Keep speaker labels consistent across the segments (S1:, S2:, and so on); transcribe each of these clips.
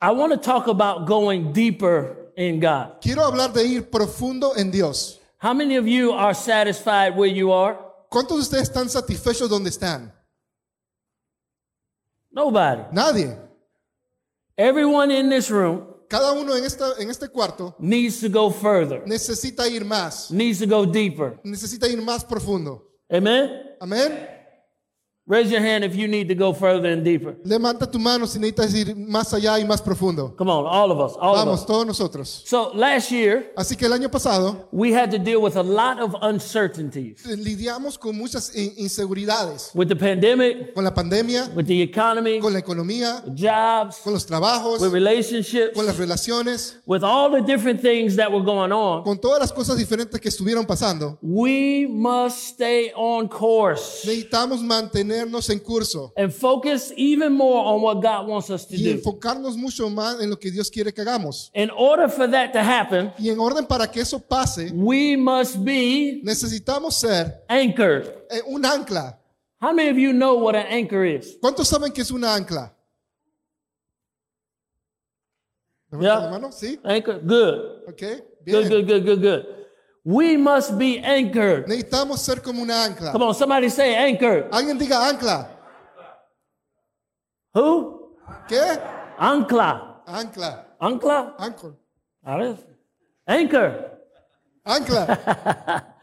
S1: I want to talk about going deeper in God.
S2: Quiero hablar de ir profundo en Dios.
S1: How many of you are satisfied where you are?
S2: ¿Cuántos de ustedes están satisfechos donde están?
S1: Nobody.
S2: Nadie.
S1: Everyone in this room
S2: Cada uno en, esta, en este cuarto
S1: needs to go further,
S2: necesita ir más.
S1: needs to go deeper.
S2: Necesita ir más profundo.
S1: Amen?
S2: Amén.
S1: Raise your hand if you need to go further and deeper.
S2: Levanta tu mano si necesitas ir más allá y más profundo.
S1: Come on, all of us, all of
S2: Vamos,
S1: us.
S2: todos nosotros.
S1: So last year,
S2: Así que el año pasado
S1: we had to deal with a lot of uncertainties
S2: eh, lidiamos con muchas in- inseguridades.
S1: with the pandemic,
S2: Con la pandemia,
S1: with the economy,
S2: con la economía,
S1: jobs,
S2: con los trabajos,
S1: with relationships,
S2: con las relaciones,
S1: with all the different things that were going on.
S2: con todas las cosas diferentes que estuvieron pasando.
S1: We must stay on course
S2: Necesitamos mantenernos en curso
S1: and focus even more on what God wants us to
S2: y
S1: do.
S2: enfocarnos mucho más en lo que Dios quiere que hagamos.
S1: In order for that to happen,
S2: Y en orden para que eso pase,
S1: we must be
S2: necesitamos ser
S1: anchored.
S2: eh, un ancla.
S1: How many of you know what an anchor is?
S2: ¿Cuántos saben que es una ancla? ¿Levanta
S1: Ya.
S2: la mano? ¿Sí?
S1: Anchor, good.
S2: Ok,
S1: Good,
S2: bien.
S1: good, good, good, good. We must be anchored.
S2: Necesitamos ser como una ancla.
S1: Come on, somebody say anchored.
S2: Alguien diga ancla.
S1: Who?
S2: ¿Qué?
S1: Ancla.
S2: Ancla.
S1: Ancla?
S2: Ancla.
S1: A ver. Anchor.
S2: Ancla.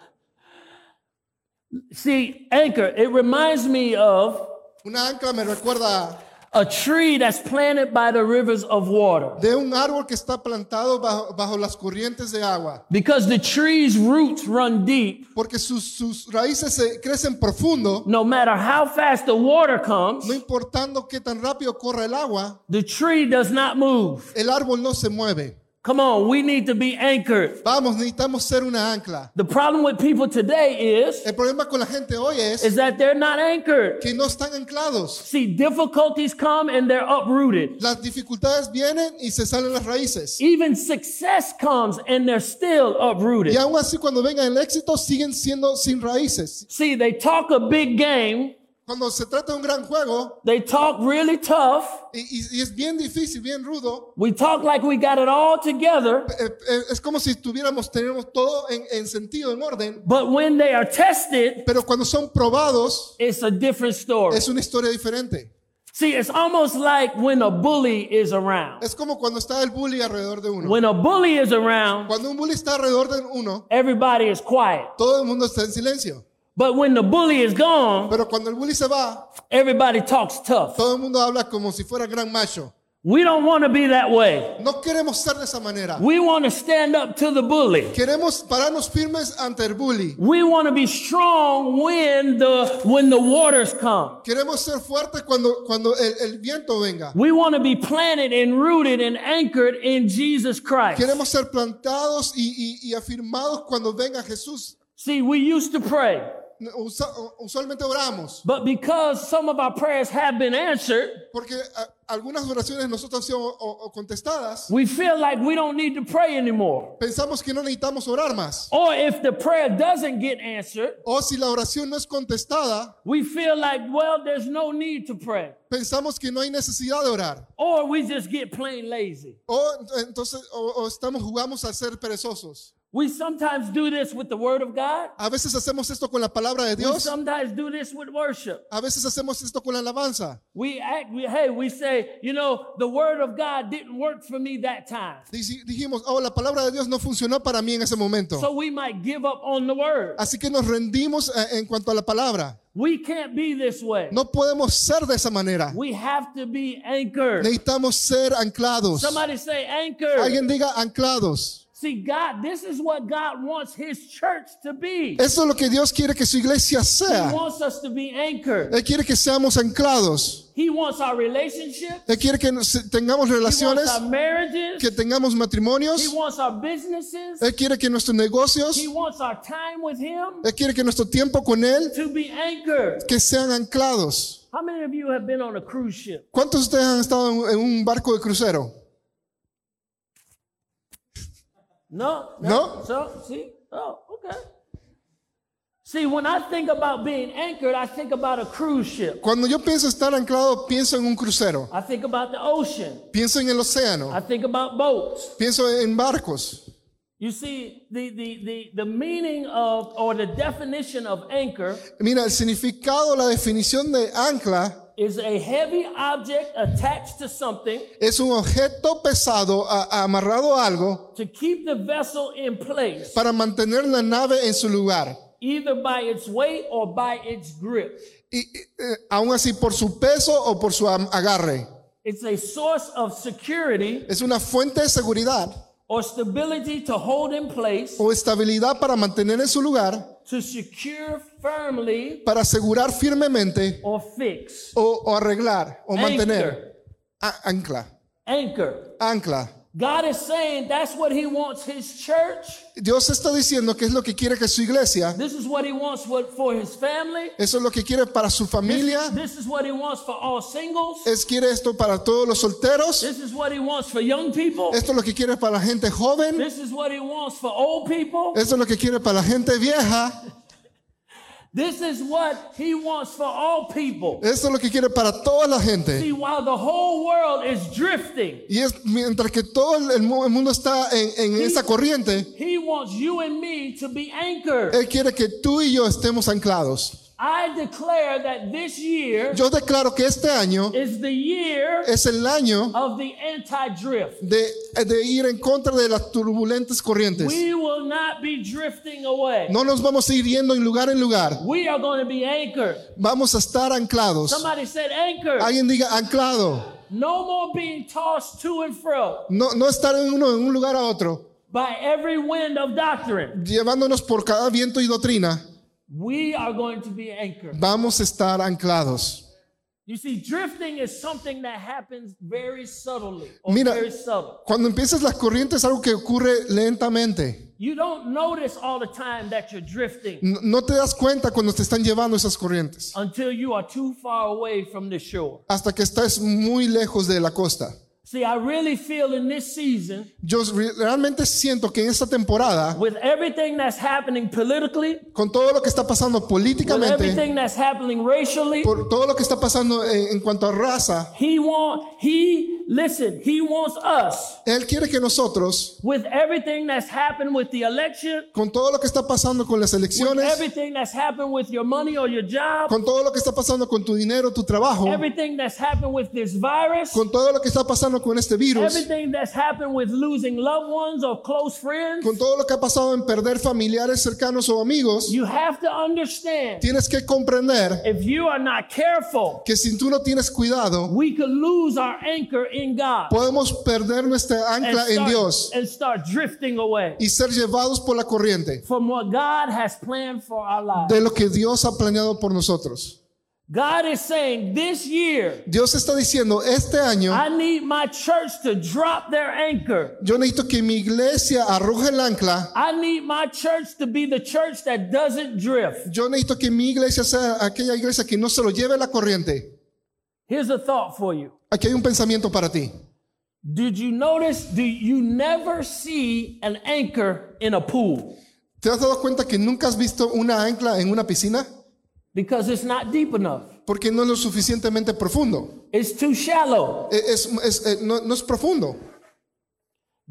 S1: See, anchor, it reminds me of
S2: Una ancla me recuerda
S1: a tree that's planted by the rivers of water.
S2: de un árbol que está plantado bajo, bajo las corrientes de agua.
S1: Because the tree's roots run deep,
S2: Porque sus, sus raíces se crecen profundo,
S1: no matter how fast the water comes,
S2: no importando qué tan rápido corra el agua,
S1: the tree does not move.
S2: el árbol no se mueve.
S1: Come on, we need to be anchored.
S2: Vamos, necesitamos ser una ancla.
S1: The problem with people today is
S2: El problema con la gente hoy es
S1: is that they're not anchored.
S2: que no están anclados.
S1: See, difficulties come and they're uprooted.
S2: Las dificultades vienen y se salen las raíces.
S1: Even success comes and they're still uprooted.
S2: Y aún así cuando venga el éxito siguen siendo sin raíces.
S1: See, they talk a big game,
S2: Cuando se trata de un gran juego
S1: they talk really tough.
S2: y, y- y es bien difícil, bien rudo,
S1: We talk like we got it all together,
S2: eh, eh, es como si tuviéramos, tenemos todo en, en sentido, en orden.
S1: but when they are tested,
S2: Pero cuando son probados
S1: it's a different story.
S2: es una historia diferente.
S1: See, it's almost like when a bully is around.
S2: Es como cuando está el bully alrededor de uno.
S1: When a bully is around,
S2: Cuando un bully está alrededor de uno,
S1: everybody is quiet.
S2: todo el mundo está en silencio.
S1: But when the bully is gone,
S2: Pero cuando el bully se va,
S1: everybody talks tough.
S2: todo el mundo habla como si fuera gran macho.
S1: We don't want to be that way.
S2: No queremos ser de esa manera.
S1: We want to stand up to the bully.
S2: Queremos pararnos firmes ante el bully.
S1: We want to be strong when the when the waters come.
S2: Queremos ser fuertes cuando, cuando el, el viento venga.
S1: We want to be planted and rooted and anchored in Jesus Christ.
S2: Queremos ser plantados y, y- y afirmados cuando venga Jesús.
S1: See, we used to pray,
S2: Usa- usualmente oramos,
S1: but because some of our prayers have been answered,
S2: porque a- algunas oraciones nosotros han sido o- o contestadas.
S1: we feel like we don't need to pray anymore.
S2: Pensamos que no necesitamos orar más.
S1: Or if the prayer doesn't get answered,
S2: O si la oración no es contestada,
S1: we feel like, well, there's no need to pray.
S2: pensamos que no hay necesidad de orar.
S1: Or we just get plain lazy.
S2: O entonces o, o estamos jugamos a ser perezosos.
S1: We sometimes do this with the word of God.
S2: A veces hacemos esto con la palabra de
S1: We
S2: Dios.
S1: sometimes do this with worship.
S2: A veces hacemos esto con la alabanza.
S1: We act, we, hey, we say, you know, the word of God didn't work for me that time.
S2: Dici- Dijimos, oh, la palabra de Dios no funcionó para mí en ese momento.
S1: So we might give up on the word.
S2: Así que nos rendimos eh, en cuanto a la palabra.
S1: We can't be this way.
S2: No podemos ser de esa manera.
S1: We have to be anchored.
S2: Necesitamos ser anclados.
S1: Somebody say anchored.
S2: Alguien diga anclados.
S1: See, God, this is what God wants his church to be.
S2: Eso es lo que Dios quiere que su iglesia
S1: He
S2: sea.
S1: wants us to be anchored.
S2: Él quiere que seamos anclados.
S1: He wants our relationships.
S2: Él quiere que nos- tengamos
S1: He wants
S2: relaciones,
S1: our
S2: que
S1: marriages.
S2: tengamos matrimonios.
S1: He wants our businesses.
S2: Él quiere que nuestros negocios,
S1: He wants our time with Him
S2: Él quiere que nuestro tiempo con Él,
S1: to be anchored.
S2: que sean anclados.
S1: How many of you have been on a cruise ship?
S2: ¿Cuántos de ustedes han estado en- en un barco de crucero?
S1: No.
S2: No.
S1: So, see? Oh, okay. See, when I think about being anchored, I think about a cruise ship.
S2: Cuando yo pienso estar anclado, pienso en un crucero,
S1: I think about the ocean.
S2: pienso en el océano,
S1: I think about boats.
S2: pienso en barcos.
S1: You see, the, the, the, the meaning of or the definition of anchor
S2: Mira, el significado, la definición de ancla
S1: is a heavy object attached to something
S2: es un objeto pesado a- amarrado a algo
S1: to keep the vessel in place,
S2: para mantener la nave en su lugar.
S1: either by its weight or by its grip.
S2: Y, y, eh, aún así por su peso o por su am- agarre.
S1: It's a source of security
S2: Es una fuente de seguridad
S1: or stability to hold in place,
S2: o estabilidad para mantener en su lugar,
S1: to secure firmly
S2: para asegurar firmemente
S1: or fix.
S2: o, o arreglar o mantener.
S1: Anchor.
S2: A- ancla,
S1: Anchor.
S2: ancla.
S1: God is saying that's what He wants His church.
S2: Dios está diciendo que es lo que quiere que su iglesia,
S1: This is what He wants what- for His family.
S2: eso es lo que quiere para su familia,
S1: This is what He wants for all singles.
S2: es quiere esto para todos los solteros.
S1: This is what He wants for young people.
S2: Esto es lo que quiere para la gente joven.
S1: This is what He wants for old people.
S2: Esto es lo que quiere para la gente vieja.
S1: This is what He wants for all people.
S2: Esto es lo que quiere para toda la gente.
S1: See, while the whole world is drifting,
S2: Y es mientras que todo el- el mu- el mundo está en, en esa corriente,
S1: He wants you and me to be anchored.
S2: Él quiere que tú y yo estemos anclados.
S1: I declare that this year
S2: Yo declaro que este año
S1: is the year
S2: es el año
S1: of the anti drift.
S2: de, de ir en contra de las turbulentes corrientes.
S1: We will not be drifting away.
S2: No nos vamos a ir yendo en lugar en lugar.
S1: We are going to be anchored.
S2: Vamos a estar anclados.
S1: Somebody said anchored.
S2: Alguien diga anclado.
S1: No more being tossed to and fro
S2: No, no estar en uno en un lugar a otro,
S1: by every wind of doctrine.
S2: llevándonos por cada viento y doctrina.
S1: We are going to be anchored.
S2: Vamos a estar anclados.
S1: You see, drifting is something that happens very subtly or
S2: Mira.
S1: very subtle.
S2: Cuando empiezas las corrientes es algo que ocurre lentamente.
S1: You don't notice all the time that you're drifting
S2: No no te das cuenta cuando te están llevando esas corrientes.
S1: until you are too far away from the shore.
S2: Hasta que estás muy lejos de la costa.
S1: See, I really feel in this season,
S2: Yo re- realmente siento que en esta temporada,
S1: with everything that's happening politically,
S2: con todo lo que está pasando
S1: with
S2: políticamente,
S1: everything that's happening racially,
S2: por todo lo que está pasando en, en cuanto a raza,
S1: he want he listen, he wants us
S2: Él quiere que nosotros,
S1: with everything that's happened with the election,
S2: con todo lo que está pasando con las
S1: with
S2: elecciones,
S1: everything that's happened with your money or your job,
S2: con todo lo que está pasando con tu dinero, tu trabajo,
S1: everything that's happened with this virus,
S2: con todo lo que está pasando con este virus,
S1: everything that's happened with losing loved ones or close friends,
S2: con todo lo que ha pasado en perder familiares cercanos o amigos,
S1: you have to understand
S2: tienes que comprender
S1: if you are not careful,
S2: que si tú no tienes cuidado,
S1: we could lose our anchor in God.
S2: podemos perder nuestra
S1: and
S2: ancla en
S1: start,
S2: Dios
S1: and start drifting away
S2: y ser llevados por la corriente
S1: from what God has planned for our lives.
S2: de lo que Dios ha planeado por nosotros.
S1: God is saying this year,
S2: Dios está diciendo, este año
S1: I need my church to drop their anchor.
S2: yo necesito que mi iglesia arroje el ancla,
S1: I need my church to be the church that doesn't drift.
S2: yo necesito que mi iglesia sea aquella iglesia que no se lo lleve la corriente.
S1: Here's a thought for you.
S2: Aquí hay un pensamiento para ti.
S1: Did you notice? Do you never see an anchor in a pool?
S2: ¿Te has dado cuenta que nunca has visto una ancla en una piscina?
S1: Because it's not deep enough.
S2: Porque no es lo suficientemente profundo.
S1: It's too shallow.
S2: Eh, es- es- eh, no- no es profundo.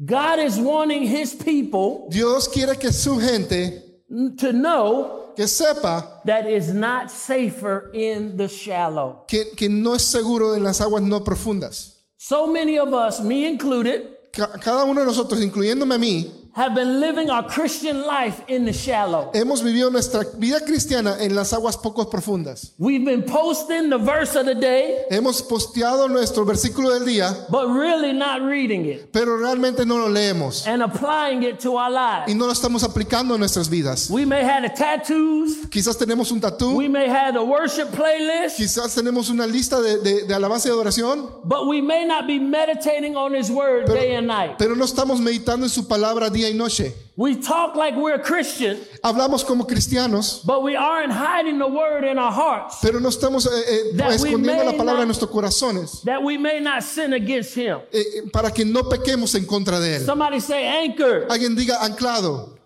S1: God is wanting his people
S2: Dios quiere que su gente,
S1: n- to know
S2: que sepa
S1: that is not safer in the shallow.
S2: que, que no es seguro en las aguas no profundas.
S1: So many of us, me included,
S2: Ca- cada uno de nosotros, incluyéndome a mí,
S1: have been living our Christian life in the shallow.
S2: hemos vivido nuestra vida cristiana en las aguas poco profundas.
S1: We've been posting the verse of the day,
S2: Hemos posteado nuestro versículo del día,
S1: but really not reading it
S2: pero realmente no lo leemos
S1: and applying it to our
S2: y
S1: lives.
S2: no lo estamos aplicando en nuestras vidas.
S1: We may have the tattoos,
S2: Quizás tenemos un tatú,
S1: we may have a worship playlist,
S2: quizás tenemos una lista de, de- de alabanza y adoración,
S1: but we may not be meditating on His Word day and night.
S2: pero no estamos meditando en su palabra día y noche.
S1: We talk like we're Christian,
S2: Hablamos como cristianos,
S1: but we aren't hiding the Word in our hearts
S2: pero no estamos eh, eh,
S1: That we
S2: escondiendo la
S1: may
S2: palabra
S1: not-
S2: en nuestros corazones
S1: that we may not sin against Him.
S2: eh, eh, para que no pequemos en contra de él.
S1: Somebody say anchor.
S2: Alguien diga anclado.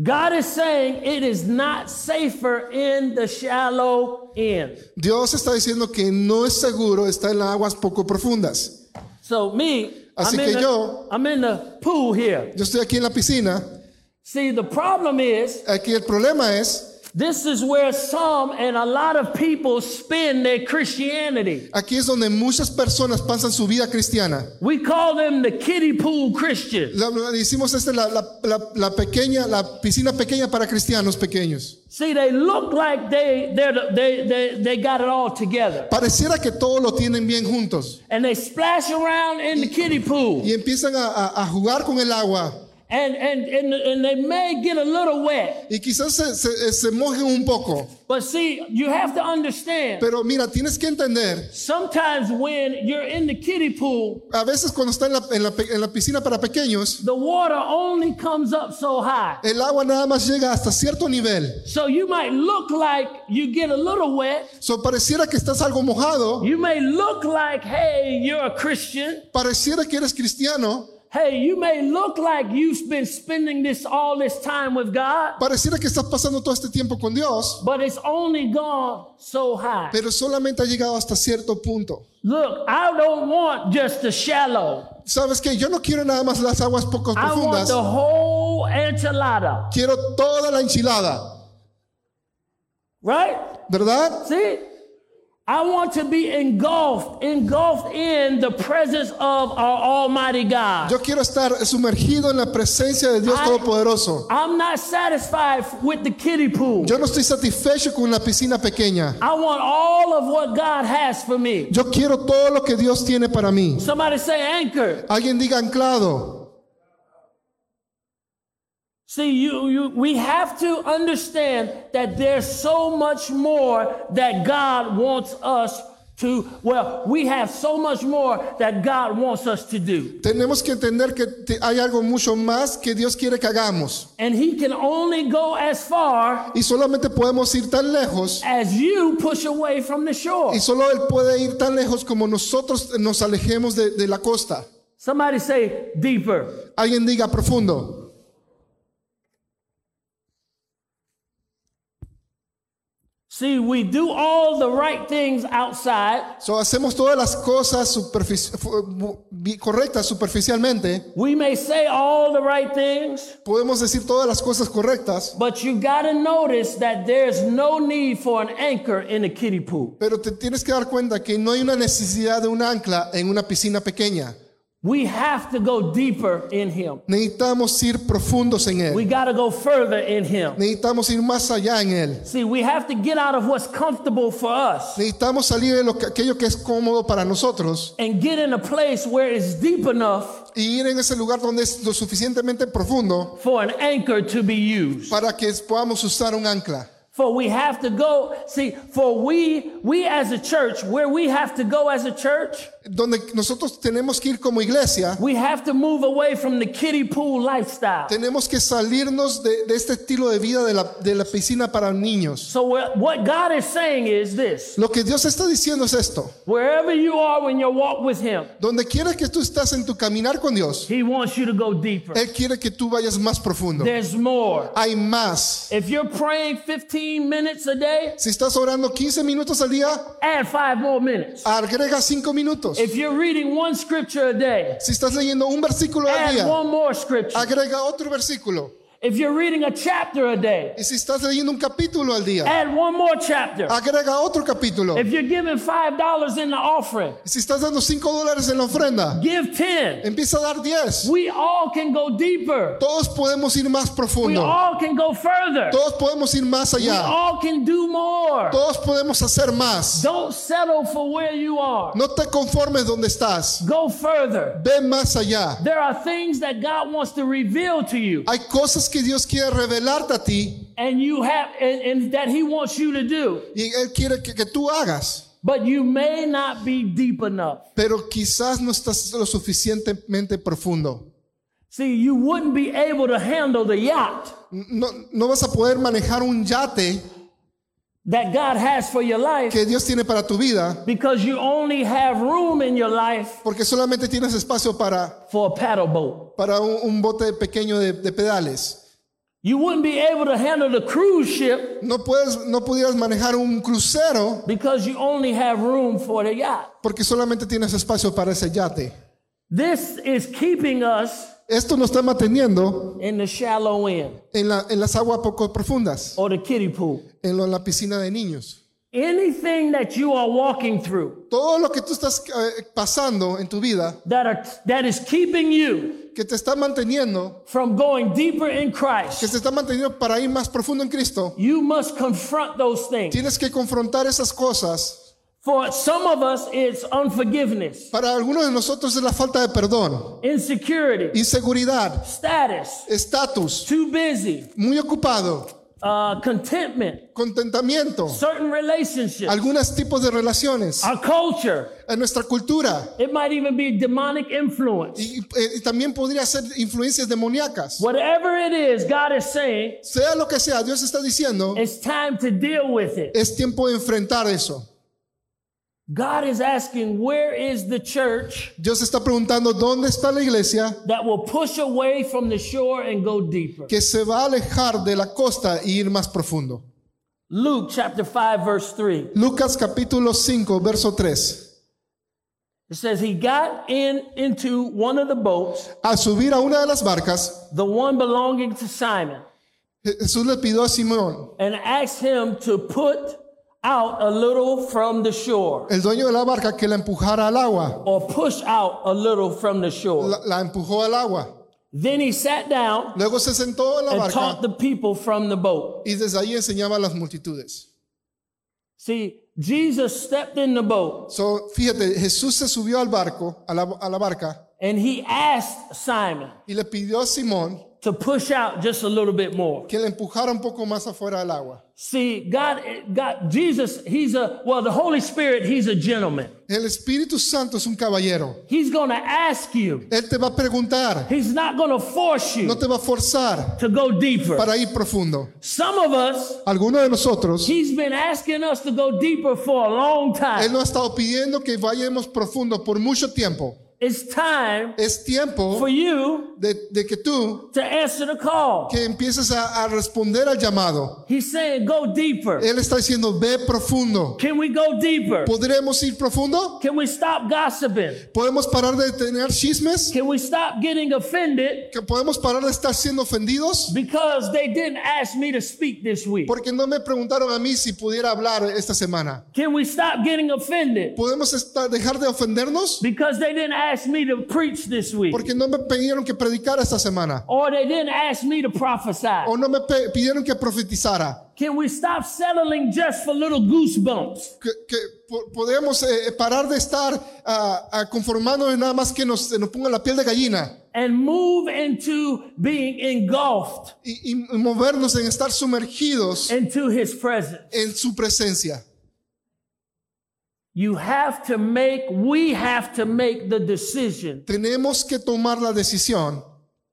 S1: God is saying it is not safer in the shallow end.
S2: Dios está diciendo que no es seguro estar en aguas poco profundas.
S1: So me,
S2: Así
S1: I'm,
S2: que
S1: in the,
S2: yo-
S1: I'm in the pool here.
S2: Yo estoy aquí en la piscina.
S1: See, the problem is
S2: Aquí el problema es,
S1: this is where some and a lot of people spend their Christianity.
S2: aquí es donde muchas personas pasan su vida cristiana.
S1: We call them the kiddie pool Christians.
S2: La, la- hicimos este, la, la- la- la pequeña, la piscina pequeña para cristianos pequeños.
S1: See, they look like they they're the, they they they got it all together,
S2: Pareciera que todo lo tienen bien juntos
S1: and they splash around in the kiddie pool,
S2: y empiezan a, a- a jugar con el agua
S1: and and and and they may get a little wet.
S2: y quizás se, se- se mojen un poco.
S1: But see, you have to understand.
S2: Pero mira, tienes que entender,
S1: Sometimes when you're in the kiddie pool,
S2: a veces cuando está en la, en la pe- en la piscina para pequeños,
S1: the water only comes up so high.
S2: el agua nada más llega hasta cierto nivel.
S1: So you might look like you get a little wet.
S2: So, pareciera que estás algo mojado,
S1: You may look like, hey, you're a Christian.
S2: pareciera que eres cristiano,
S1: Hey, you may look like you've been spending this all this time with God,
S2: pareciera que estás pasando todo este tiempo con Dios,
S1: but it's only gone so high.
S2: pero solamente ha llegado hasta cierto punto.
S1: Look, I don't want just the shallow.
S2: Sabes que yo no quiero nada más las aguas poco
S1: I want
S2: profundas,
S1: the whole enchilada,
S2: quiero toda la enchilada,
S1: right?
S2: ¿verdad?
S1: See, I want to be engulfed, engulfed in the presence of our Almighty God.
S2: Yo quiero estar sumergido en la presencia de Dios
S1: I-
S2: Todopoderoso.
S1: I'm not satisfied with the kiddie pool.
S2: Yo no estoy satisfecho con la piscina pequeña.
S1: I want all of what God has for me.
S2: Yo quiero todo lo que Dios tiene para mí.
S1: Somebody say anchor.
S2: Alguien diga anclado.
S1: See, you, you, we have to understand that there's so much more that God wants us to, well, we have so much more that God wants us to do.
S2: Tenemos que entender que te- hay algo mucho más que Dios quiere que hagamos.
S1: And He can only go as far
S2: Y solamente podemos ir tan lejos.
S1: as you push away from the shore.
S2: Y solo Él puede ir tan lejos como nosotros nos alejemos de, de la costa.
S1: Somebody say deeper.
S2: Alguien diga profundo.
S1: See, we do all the right things outside.
S2: So, hacemos todas las cosas superfici- fu- bu- bi- correctas superficialmente.
S1: We may say all the right things,
S2: Podemos decir todas las cosas correctas.
S1: but you gotta notice that there's no need for an anchor in a kiddie pool.
S2: Pero te tienes que dar cuenta que no hay una necesidad de un ancla en una piscina pequeña.
S1: We have to go deeper in Him.
S2: Necesitamos ir profundos en
S1: We
S2: Él.
S1: gotta go further in Him.
S2: Necesitamos ir más allá en Él.
S1: See, we have to get out of what's comfortable for us
S2: Necesitamos salir de lo que- aquello que es cómodo para nosotros
S1: and get in a place where it's deep enough
S2: y ir en ese lugar donde es lo suficientemente profundo
S1: for an anchor to be used.
S2: para que podamos usar un ancla.
S1: For we have to go, see, for we, we as a church, where we have to go as a church,
S2: Donde nosotros tenemos que ir como iglesia,
S1: we have to move away from the kiddie pool lifestyle.
S2: tenemos que salirnos de, de este estilo de vida de la, de la piscina para niños.
S1: So we're- what God is saying is this,
S2: Lo que Dios está diciendo es esto.
S1: wherever you are when you walk with him,
S2: Donde quiera que tú estás en tu caminar con Dios,
S1: he wants you to go deeper.
S2: Él quiere que tú vayas más profundo.
S1: There's more.
S2: Hay más.
S1: If you're praying 15 minutes a day,
S2: Si estás orando 15 minutos al día,
S1: add 5 more minutes.
S2: agrega 5 minutos.
S1: If you're reading one scripture a day,
S2: Si estás leyendo un versículo al
S1: add
S2: día,
S1: one more scripture.
S2: agrega otro versículo.
S1: If you're reading a chapter a day,
S2: Y si estás leyendo un capítulo al día,
S1: add one more chapter.
S2: agrega otro capítulo.
S1: If you're giving $5 in the offering,
S2: Y Si estás dando 5 dólares en la ofrenda,
S1: give 10.
S2: empieza a dar 10.
S1: We all can go deeper.
S2: Todos podemos ir más
S1: We
S2: profundo.
S1: all can go further.
S2: Todos podemos ir más
S1: We
S2: allá.
S1: all can do more.
S2: Todos podemos hacer más.
S1: Don't settle for where you are.
S2: No te conformes donde estás.
S1: Go further.
S2: Ve más allá.
S1: There are things that God wants to reveal to you,
S2: Hay cosas que Dios quiere revelarte a ti
S1: and you have, and, and that He wants you to do.
S2: y Él quiere que, que tú hagas.
S1: But you may not be deep enough.
S2: Pero quizás no estás lo suficientemente profundo.
S1: See, you wouldn't be able to handle the yacht
S2: No, no vas a poder manejar un yate
S1: that God has for your life
S2: que Dios tiene para tu vida
S1: because you only have room in your life
S2: porque solamente tienes espacio para
S1: for a paddle boat.
S2: para un, un bote pequeño de, de pedales.
S1: You wouldn't be able to handle the cruise ship
S2: No, puedes, no pudieras manejar un crucero
S1: because you only have room for the yacht.
S2: porque solamente tienes espacio para ese yate.
S1: This is keeping us
S2: Esto nos está manteniendo
S1: in the shallow end
S2: en, la- en las aguas poco profundas,
S1: or the kiddie pool.
S2: en, lo- en la piscina de niños.
S1: Anything that you are walking through
S2: Todo lo que tú estás eh, pasando en tu vida,
S1: that, are, that is keeping you
S2: que te está manteniendo,
S1: from going deeper in Christ,
S2: que te está manteniendo para ir más profundo en Cristo,
S1: you must confront those things.
S2: tienes que confrontar esas cosas.
S1: For some of us, it's unforgiveness,
S2: Para algunos de nosotros es la falta de perdón,
S1: insecurity,
S2: inseguridad,
S1: status,
S2: estatus,
S1: too busy,
S2: muy ocupado,
S1: uh, contentment,
S2: contentamiento,
S1: certain relationships,
S2: algunos tipos de relaciones,
S1: our culture.
S2: en nuestra cultura.
S1: It might even be demonic influence.
S2: Y, eh, y también podría ser influencias demoníacas.
S1: Whatever it is, God is saying
S2: Sea lo que sea, Dios está diciendo,
S1: it's time to deal with it.
S2: es tiempo de enfrentar eso.
S1: God is asking, where is the church
S2: Dios está preguntando dónde está la iglesia
S1: that will push away from the shore and go deeper?
S2: que se va a alejar de la costa e ir más profundo.
S1: Luke chapter 5, verse 3.
S2: Lucas capítulo 5, verso 3.
S1: It says, He got in into one of the boats,
S2: Al subir a una de las barcas,
S1: the one belonging to Simon,
S2: Je- Jesús le pidió a Simón,
S1: and asked him to put out a little from the shore
S2: el dueño de la barca, que la empujara al agua.
S1: or push out a little from the shore.
S2: La, la empujó al agua.
S1: Then he sat down
S2: Luego se sentó en la
S1: and taught
S2: barca
S1: the people from the boat.
S2: y desde ahí enseñaba a las multitudes.
S1: See, Jesus stepped in the boat
S2: So, fíjate, Jesús se subió al barco, a la, a la barca,
S1: and he asked Simon
S2: y le pidió a Simón
S1: to push out just a little bit more.
S2: que le empujara un poco más afuera del agua.
S1: See, God, God, Jesus, he's a, well, the Holy Spirit, he's a gentleman.
S2: El Espíritu Santo es un caballero.
S1: He's going to ask you.
S2: Él te va a preguntar,
S1: He's not going to force you
S2: no te va a forzar
S1: to go deeper.
S2: para ir profundo.
S1: Some of us,
S2: Alguno de nosotros,
S1: he's been asking us to go deeper for a long
S2: Él
S1: time.
S2: nos ha estado pidiendo que vayamos profundo por mucho tiempo.
S1: It's time
S2: Es
S1: for
S2: tiempo
S1: you
S2: de, de que tú,
S1: to answer the call.
S2: que empieces a, a responder al llamado.
S1: He's saying, go deeper.
S2: Él está diciendo, ve profundo.
S1: Can we go deeper?
S2: ¿Podremos ir profundo?
S1: Can we stop gossiping?
S2: ¿Podemos parar de tener chismes?
S1: Can we stop getting offended
S2: ¿Que ¿Podemos parar de estar siendo ofendidos?
S1: because they didn't ask me to speak this week?
S2: Porque no me preguntaron a mí si pudiera hablar esta semana.
S1: Can we stop getting offended
S2: ¿Podemos estar- dejar de ofendernos?
S1: because they didn't ask me to preach this week?
S2: Porque no me pidieron que predicara esta semana.
S1: Or they didn't ask me to prophesy?
S2: O no me pe- pidieron que profetizara.
S1: Can we stop settling just for little goosebumps?
S2: Que, que po- podemos eh, parar de estar ah, ah, conformándonos nada más que nos, se nos ponga la piel de gallina.
S1: and move into being engulfed
S2: Y, y movernos en estar sumergidos
S1: into his presence.
S2: en su presencia.
S1: You have to make, we have to make the decision
S2: Tenemos que tomar la decisión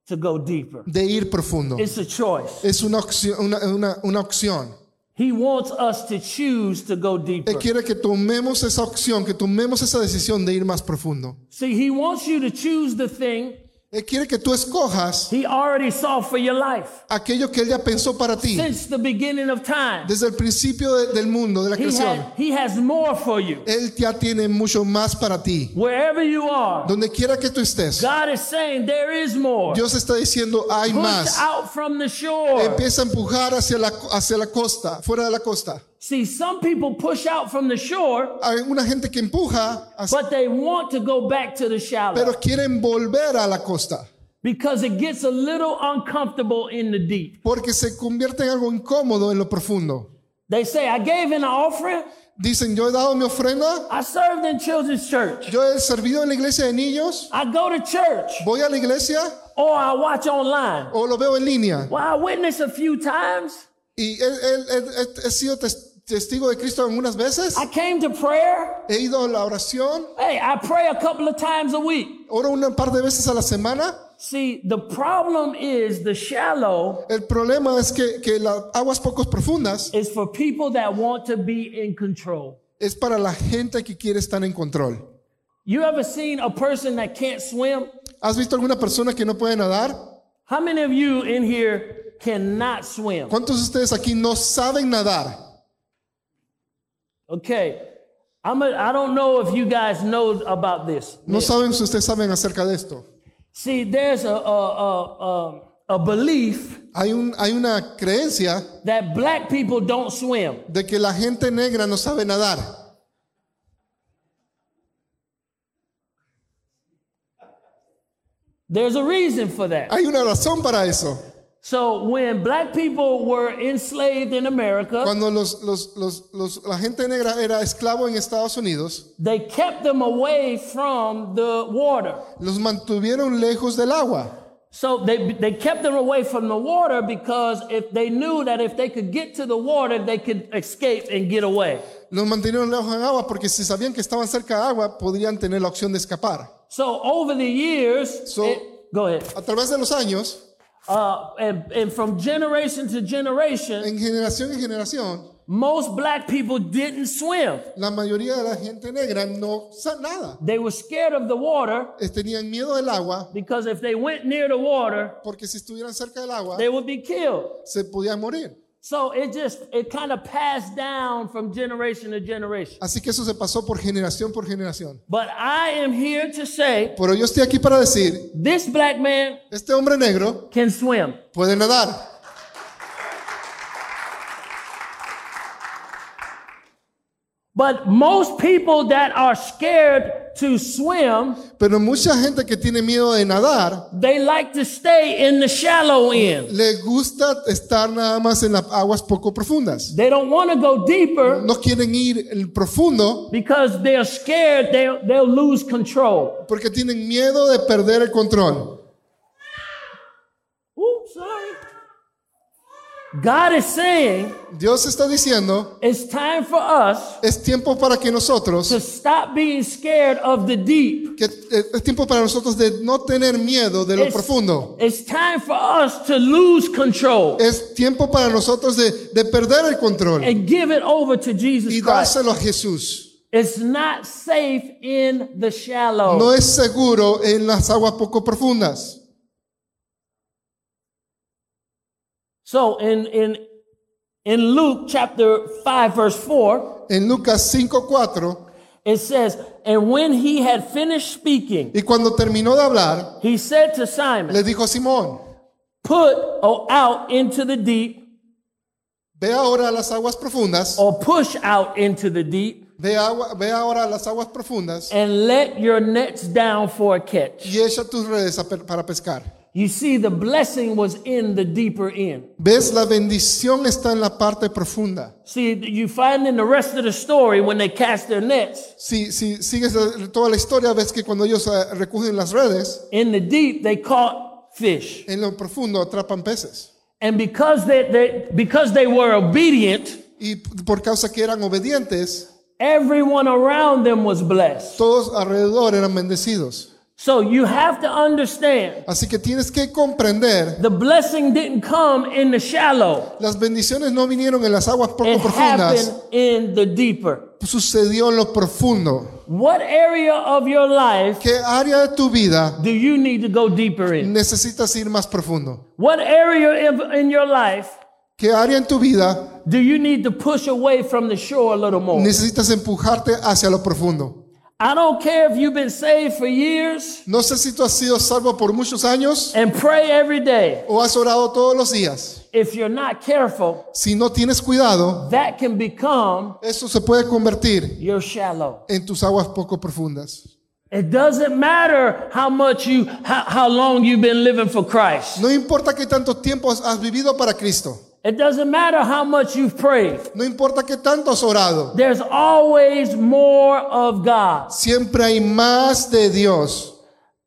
S1: to go deeper.
S2: de ir profundo.
S1: It's a choice.
S2: Es una opción. Una, una- una opción.
S1: He wants us to choose to go deeper.
S2: Él quiere que tomemos esa opción, que tomemos esa decisión de ir más profundo.
S1: See, he wants you to choose the thing
S2: Él quiere que tú escojas
S1: he already saw for your life
S2: aquello que Él ya pensó para ti.
S1: since the beginning of time.
S2: Desde el principio de- del mundo, de la
S1: He,
S2: creación,
S1: had, he has more for you.
S2: Él ya tiene mucho más para ti.
S1: Wherever you are,
S2: Donde quiera que tú estés,
S1: God is saying there is more.
S2: Dios está diciendo, hay
S1: Push
S2: más.
S1: out from the shore.
S2: Empieza a empujar hacia la, hacia la costa, fuera de la costa.
S1: See, some people push out from the shore,
S2: Hay una gente que empuja, hacia-
S1: but they want to go back to the shallow
S2: pero quieren volver a la costa,
S1: because it gets a little uncomfortable in the deep.
S2: porque se convierte en algo incómodo en lo profundo.
S1: They say, I gave an offering,
S2: Dicen, yo he dado mi ofrenda,
S1: I served in children's church,
S2: yo he servido en la iglesia de niños,
S1: I go to church,
S2: voy a la iglesia
S1: or I watch online.
S2: o lo veo en línea.
S1: Well, I witnessed a few times.
S2: Y he, he- he- he- he sido tes- testigo de Cristo algunas veces.
S1: I came to prayer.
S2: He ido a la oración,
S1: Hey, I pray a couple of times a week.
S2: oro un par de veces a la semana.
S1: See, the problem is the shallow
S2: El problema es que, que las aguas pocos profundas
S1: is for people that want to be in control.
S2: es para la gente que quiere estar en control.
S1: You ever seen a person that can't swim?
S2: ¿Has visto alguna persona que no puede nadar?
S1: How many of you in here cannot swim.
S2: ¿Cuántos de ustedes aquí no saben nadar?
S1: Okay. I'm a, I don't know if you guys know about this.
S2: No saben si ustedes saben acerca de esto.
S1: See, there's a, a, a, a, a belief
S2: Hay, un, hay una creencia
S1: that black people don't swim.
S2: de que la gente negra no sabe nadar.
S1: There's a reason for that.
S2: Hay una razón para eso.
S1: So when black people were enslaved in America,
S2: Cuando los- los- los- los- la gente negra era esclavo en Estados Unidos,
S1: they kept them away from the water.
S2: los mantuvieron lejos del agua.
S1: So they, they kept them away from the water because if they knew that if they could get to the water, they could escape and get away.
S2: Los mantuvieron lejos del agua porque si sabían que estaban cerca de agua, podrían tener la opción de escapar.
S1: So over the years,
S2: So-
S1: it- go ahead.
S2: A través de los años,
S1: Uh, and, and from generation to generation,
S2: en generación en generación,
S1: most black people didn't swim.
S2: la mayoría de la gente negra no sabe nada.
S1: They were scared of the water
S2: Eh, Tenían miedo del agua
S1: because if they went near the water,
S2: porque si estuvieran cerca del agua,
S1: they would be killed.
S2: se podían morir.
S1: So it just it kind of passed down from generation to generation.
S2: Así que eso se pasó por generación por generación.
S1: But I am here to say
S2: Pero yo estoy aquí para decir,
S1: this black man
S2: este hombre negro
S1: can swim.
S2: puede nadar.
S1: But most people that are scared to swim,
S2: Pero mucha gente que tiene miedo de nadar,
S1: they like to stay in the shallow end.
S2: le gusta estar nada más en las aguas poco profundas.
S1: They don't want to go deeper
S2: No quieren ir el profundo
S1: because they're scared they'll, they'll lose control.
S2: porque tienen miedo de perder el control.
S1: Ooh, sorry. God is saying
S2: Dios está diciendo,
S1: it's time for us
S2: es tiempo para que nosotros,
S1: to stop being scared of the deep.
S2: que eh, es tiempo para nosotros de no tener miedo de lo
S1: Es-
S2: profundo.
S1: It's time for us to lose control
S2: Es tiempo para nosotros de, de perder el control
S1: and give it over to Jesus
S2: y
S1: Christ.
S2: dárselo a Jesús.
S1: It's not safe in the shallow.
S2: no es seguro en las aguas poco profundas.
S1: So in in in Luke chapter 5 verse 4
S2: En Lucas 5:4,
S1: it says and when he had finished speaking
S2: y cuando terminó de hablar,
S1: he said to Simon
S2: le dijo a Simón,
S1: put o- out into the deep
S2: ve ahora a las aguas profundas,
S1: or push out into the deep
S2: ve, agua- ve ahora a las aguas profundas
S1: and let your nets down for a catch.
S2: y echa tus redes a pe- para pescar.
S1: You see the blessing was in the deeper end.
S2: ¿Ves? La bendición está en la parte profunda.
S1: See you find in the rest of the story when they cast their nets
S2: Si, si sigues la- toda la historia, ves que cuando ellos eh, recogen las redes,
S1: in the deep they caught fish.
S2: en lo profundo atrapan peces.
S1: And because they, they because they were obedient
S2: Y p- por causa que eran obedientes,
S1: Everyone around them was blessed.
S2: todos alrededor eran bendecidos.
S1: So you have to understand
S2: Así que tienes que comprender
S1: the blessing didn't come in the shallow,
S2: Las bendiciones no vinieron en las aguas poco
S1: it
S2: profundas,
S1: happened in the deeper.
S2: sucedió en lo profundo.
S1: What area of your life
S2: ¿Qué área de tu vida
S1: do you need to go deeper in?
S2: necesitas ir más profundo?
S1: What area of- in your life
S2: ¿Qué área en tu vida
S1: do you need to push away from the shore a little more?
S2: necesitas empujarte hacia lo profundo?
S1: I don't care if you've been saved for years
S2: No sé si tú has sido salvo por muchos años
S1: and pray every day.
S2: o has orado todos los días.
S1: If you're not careful,
S2: Si no tienes cuidado,
S1: that can become
S2: eso se puede convertir
S1: your shallow.
S2: en tus aguas poco profundas.
S1: It doesn't matter how much you, how, how long you've been living for Christ.
S2: No importa qué tanto tiempo has- has vivido para Cristo.
S1: It doesn't matter how much you've prayed.
S2: No importa qué tanto has orado.
S1: There's always more of God.
S2: Siempre hay más de Dios.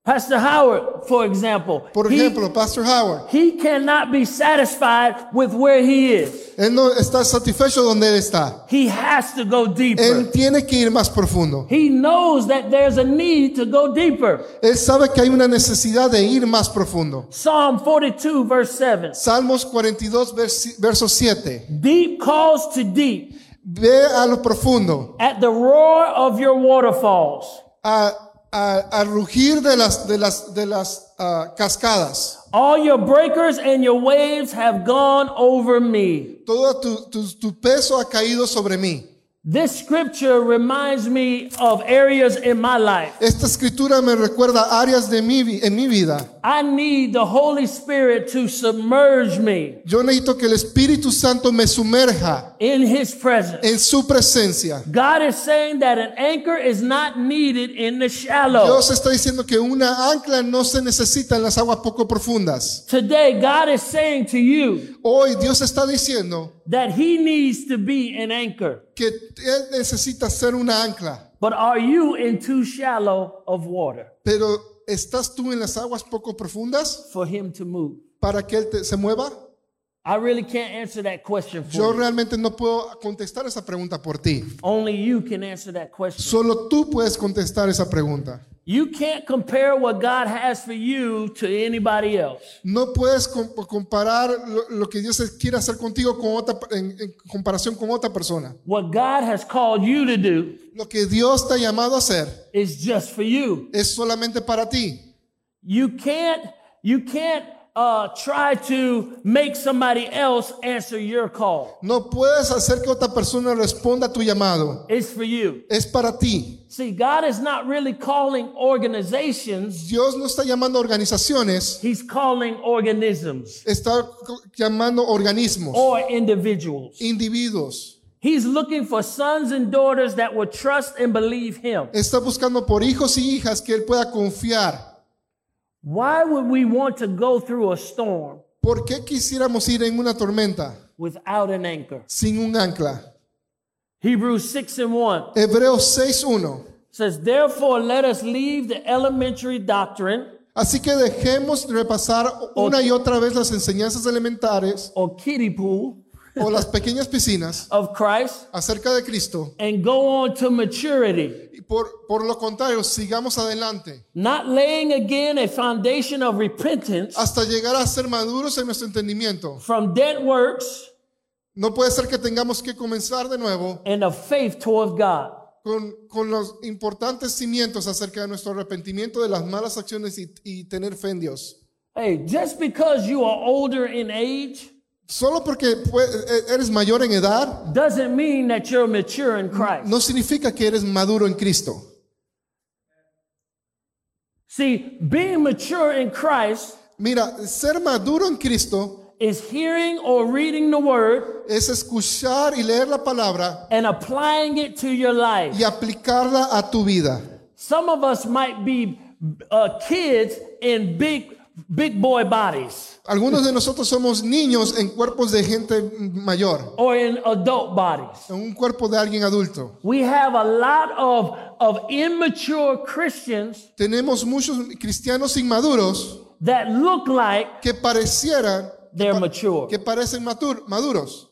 S1: Pastor Howard, for example,
S2: Por
S1: he-
S2: ejemplo, Pastor Howard.
S1: he, cannot be satisfied with where he is.
S2: Él no está satisfecho donde él está.
S1: He has to go deeper.
S2: Él tiene que ir más profundo.
S1: he knows that there's a need to go deeper.
S2: Él sabe que hay una necesidad de ir más profundo.
S1: Psalm 42, verse 7.
S2: Salmos 42, versi- verso 7.
S1: Deep calls to deep
S2: Ve a lo profundo,
S1: at the roar of your waterfalls.
S2: a- a- al rugir de las, de las, de las ah, cascadas.
S1: All your breakers and your waves have gone over me.
S2: Todo tu, tu- tu peso ha caído sobre mí.
S1: This scripture reminds me of areas in my life.
S2: Esta escritura me recuerda áreas de mi, vi- en mi vida.
S1: I need the Holy Spirit to submerge me
S2: Yo necesito que el Espíritu Santo me sumerja
S1: in His presence.
S2: en su presencia.
S1: God is saying that an anchor is not needed in the shallow.
S2: Dios está diciendo que una ancla no se necesita en las aguas poco profundas.
S1: Today, God is saying to you
S2: Hoy Dios está diciendo
S1: that He needs to be an anchor.
S2: que Él necesita ser una ancla,
S1: But are you in too shallow of water
S2: pero ¿estás tú en las aguas poco profundas
S1: for Him to move?
S2: para que Él te- se mueva?
S1: I really can't answer that question for
S2: Yo
S1: you.
S2: realmente no puedo contestar esa pregunta por ti.
S1: Only you can answer that question.
S2: Solo tú puedes contestar esa pregunta.
S1: You can't compare what God has for you to anybody else.
S2: No puedes com- comparar lo, lo que Dios quiere hacer contigo con otra, en, en comparación con otra persona.
S1: What God has called you to do
S2: Lo que Dios te ha llamado a hacer
S1: is just for you.
S2: es solamente para ti.
S1: You can't you can't uh, try to make somebody else answer your call.
S2: No puedes hacer que otra persona responda a tu llamado.
S1: It's for you.
S2: Es para ti.
S1: See, God is not really calling organizations,
S2: Dios no está llamando a organizaciones,
S1: He's calling organisms
S2: está co- llamando organismos,
S1: or individuals.
S2: individuos.
S1: He's looking for sons and daughters that will trust and believe Him.
S2: Está buscando por hijos y hijas que Él pueda confiar.
S1: Why would we want to go through a storm
S2: ¿Por qué quisiéramos ir en una tormenta
S1: without an anchor?
S2: sin un ancla?
S1: Hebrews 6 and 1
S2: Hebreos 6.1.
S1: says, Therefore, let us leave the elementary doctrine
S2: Así que dejemos de repasar una y otra vez las enseñanzas elementales
S1: or kiddie pool
S2: o las pequeñas piscinas
S1: of Christ
S2: acerca de Cristo.
S1: and go on to maturity,
S2: Y por, por lo contrario, sigamos adelante
S1: not laying again a foundation of repentance
S2: hasta llegar a ser maduros en nuestro entendimiento.
S1: from dead works
S2: No puede ser que tengamos que comenzar de nuevo
S1: and of faith toward God.
S2: con, con los importantes cimientos acerca de nuestro arrepentimiento de las malas acciones y, y tener fe en Dios.
S1: Hey, just because you are older in age
S2: Solo porque pues, e- eres mayor en edad
S1: doesn't mean that you're mature in Christ.
S2: no significa que eres maduro en Cristo.
S1: See, being mature in Christ
S2: Mira, ser maduro en Cristo
S1: is hearing or reading the word
S2: es escuchar y leer la palabra
S1: and applying it to your life.
S2: y aplicarla a tu vida.
S1: Some of us might be uh, kids in big, big boy bodies
S2: Algunos de nosotros somos niños en cuerpos de gente mayor,
S1: or in adult bodies.
S2: en un cuerpo de alguien adulto.
S1: We have a lot of, of immature Christians
S2: Tenemos muchos cristianos inmaduros
S1: that look like
S2: que parecieran
S1: they're mature.
S2: que parecen matur- maduros.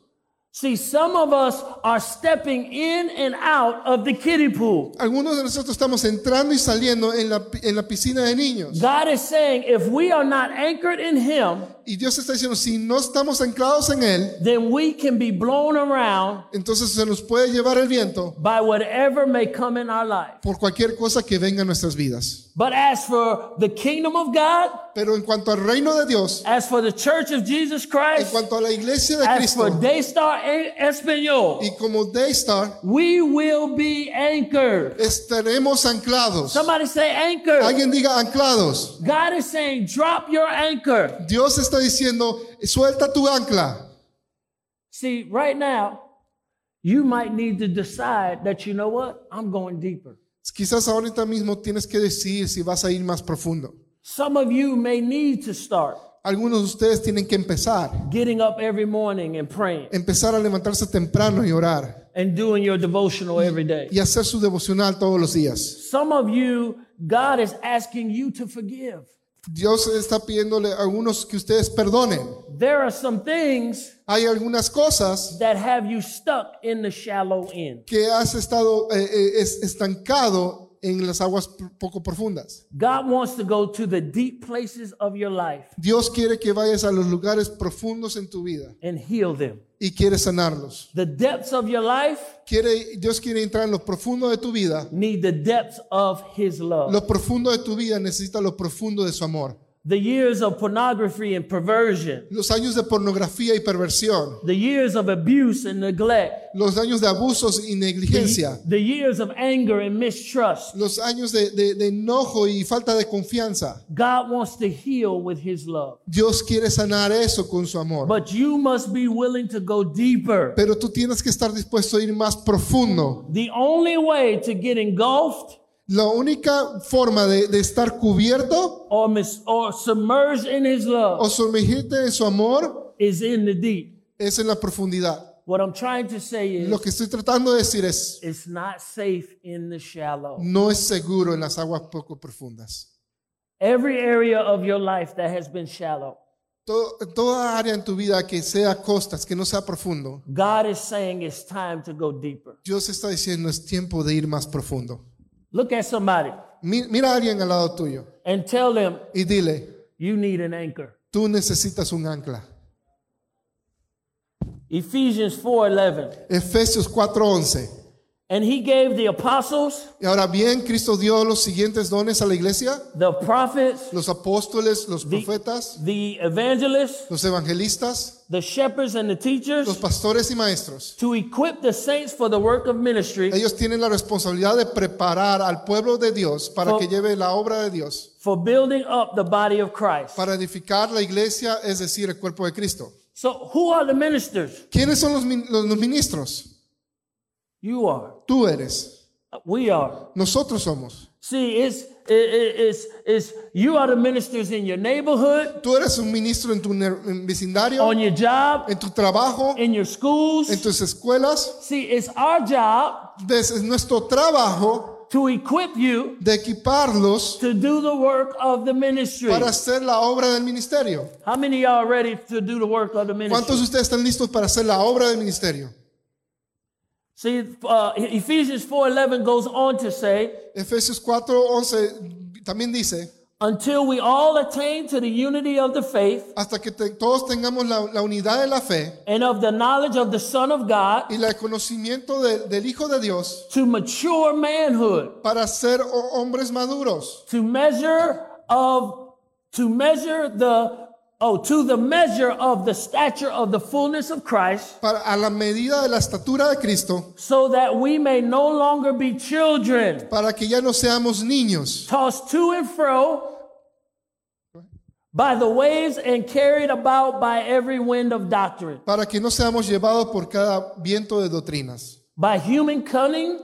S1: See, some of us are stepping in and out of the kiddie pool.
S2: Algunos de nosotros estamos entrando y saliendo en la, pi- en la piscina de niños.
S1: God is saying if we are not anchored in Him,
S2: Y Dios está diciendo, si no estamos anclados en Él,
S1: then we can be blown around
S2: entonces se nos puede llevar el viento
S1: by whatever may come in our life.
S2: por cualquier cosa que venga a nuestras vidas.
S1: But as for the kingdom of God,
S2: Pero en cuanto al reino de Dios,
S1: as for the church of Jesus
S2: En
S1: Christ,
S2: cuanto a la iglesia de
S1: as for
S2: Cristo
S1: Daystar E- Espanol,
S2: y como Daystar,
S1: we will be anchored.
S2: estaremos anclados.
S1: Somebody say anchor.
S2: Alguien diga anclados.
S1: God is saying drop your anchor.
S2: Dios está diciendo, suelta tu ancla.
S1: See, right now, you might need to decide that you know what? I'm going deeper.
S2: Quizás ahorita mismo tienes que decidir si vas a ir más profundo.
S1: Some of you may need to start
S2: Algunos de ustedes tienen que empezar.
S1: getting up every morning and praying
S2: Empezar a levantarse temprano y orar.
S1: and doing your devotional every day.
S2: Y hacer su devocional todos los días.
S1: Some of you, God is asking you to forgive.
S2: Dios está pidiéndole a algunos que ustedes perdonen.
S1: There are some things
S2: Hay algunas cosas
S1: that have you stuck in the shallow end.
S2: que has estado eh, eh, es- estancado en las aguas p- poco profundas.
S1: God wants to go to the deep places of your life
S2: Dios quiere que vayas a los lugares profundos en tu vida
S1: and heal them.
S2: y quiere sanarlos.
S1: The depths of your life
S2: Quiere, Dios quiere entrar en lo profundo de tu vida.
S1: need the depths of His love.
S2: Lo profundo de tu vida necesita lo profundo de su amor.
S1: The years of pornography and perversion,
S2: Los años de pornografía y perversión,
S1: the years of abuse and neglect,
S2: los años de abusos y negligencia,
S1: the years of anger and mistrust.
S2: los años de, de- de enojo y falta de confianza.
S1: God wants to heal with His love.
S2: Dios quiere sanar eso con su amor.
S1: But you must be willing to go deeper.
S2: Pero tú tienes que estar dispuesto a ir más profundo.
S1: The only way to get engulfed
S2: La única forma de, de estar cubierto
S1: or, mis- or submerged in His love
S2: o sumergirte en su amor
S1: is in the deep.
S2: es en la profundidad.
S1: What I'm trying to say is
S2: Lo que estoy tratando de decir es,
S1: it's not safe in the shallow.
S2: no es seguro en las aguas poco profundas.
S1: Every area of your life that has been shallow,
S2: To- toda área en tu vida que sea costas, que no sea profundo,
S1: God is saying it's time to go deeper.
S2: Dios está diciendo es tiempo de ir más profundo.
S1: Look at somebody
S2: Mi- Mira a alguien al lado tuyo
S1: and tell them
S2: y dile,
S1: you need an anchor.
S2: tú necesitas un ancla.
S1: Ephesians 4:11.
S2: Efesios 4:11.
S1: And he gave the apostles,
S2: Y ahora bien, Cristo dio los siguientes dones a la iglesia,
S1: the prophets,
S2: los apóstoles, los
S1: the,
S2: profetas,
S1: the evangelists,
S2: los evangelistas,
S1: the shepherds and the teachers
S2: los pastores y maestros.
S1: to equip the saints for the work of ministry,
S2: Ellos tienen la responsabilidad de preparar al pueblo de Dios para
S1: For-
S2: que lleve la obra de Dios,
S1: for building up the body of Christ.
S2: para edificar la iglesia, es decir, el cuerpo de Cristo.
S1: So, who are the ministers?
S2: ¿Quiénes son los, min- los- los ministros?
S1: You are.
S2: Tú eres.
S1: We are.
S2: Nosotros somos.
S1: See, it's it, it, it's it's you are the ministers in your neighborhood,
S2: Tú eres un ministro en tu ne- en vecindario,
S1: on your job,
S2: en tu trabajo,
S1: in your
S2: en
S1: schools.
S2: tus escuelas.
S1: See, it's our job
S2: Es es nuestro trabajo
S1: to equip you
S2: de equiparlos
S1: to do the work of the ministry.
S2: para hacer la obra del ministerio.
S1: How many of y'all are ready to do the work of the
S2: ¿Cuántos
S1: ministry?
S2: de ustedes están listos para hacer la obra del ministerio?
S1: See, uh, Ephesians 4:11 goes on to say,
S2: Efesios 4:11 también dice,
S1: until we all attain to the unity of the faith
S2: hasta que te- todos tengamos la, la unidad de la fe
S1: and of the knowledge of the Son of God
S2: y el conocimiento de- del Hijo de Dios
S1: to mature manhood,
S2: para ser ho- hombres maduros,
S1: to measure of to measure the oh to the measure of the stature of the fullness of Christ,
S2: para, a la medida de la estatura de Cristo,
S1: so that we may no longer be children
S2: para que ya no seamos niños,
S1: tossed to and fro by the waves and carried about by every wind of doctrine,
S2: para que no seamos llevados por cada viento de doctrinas,
S1: by human cunning,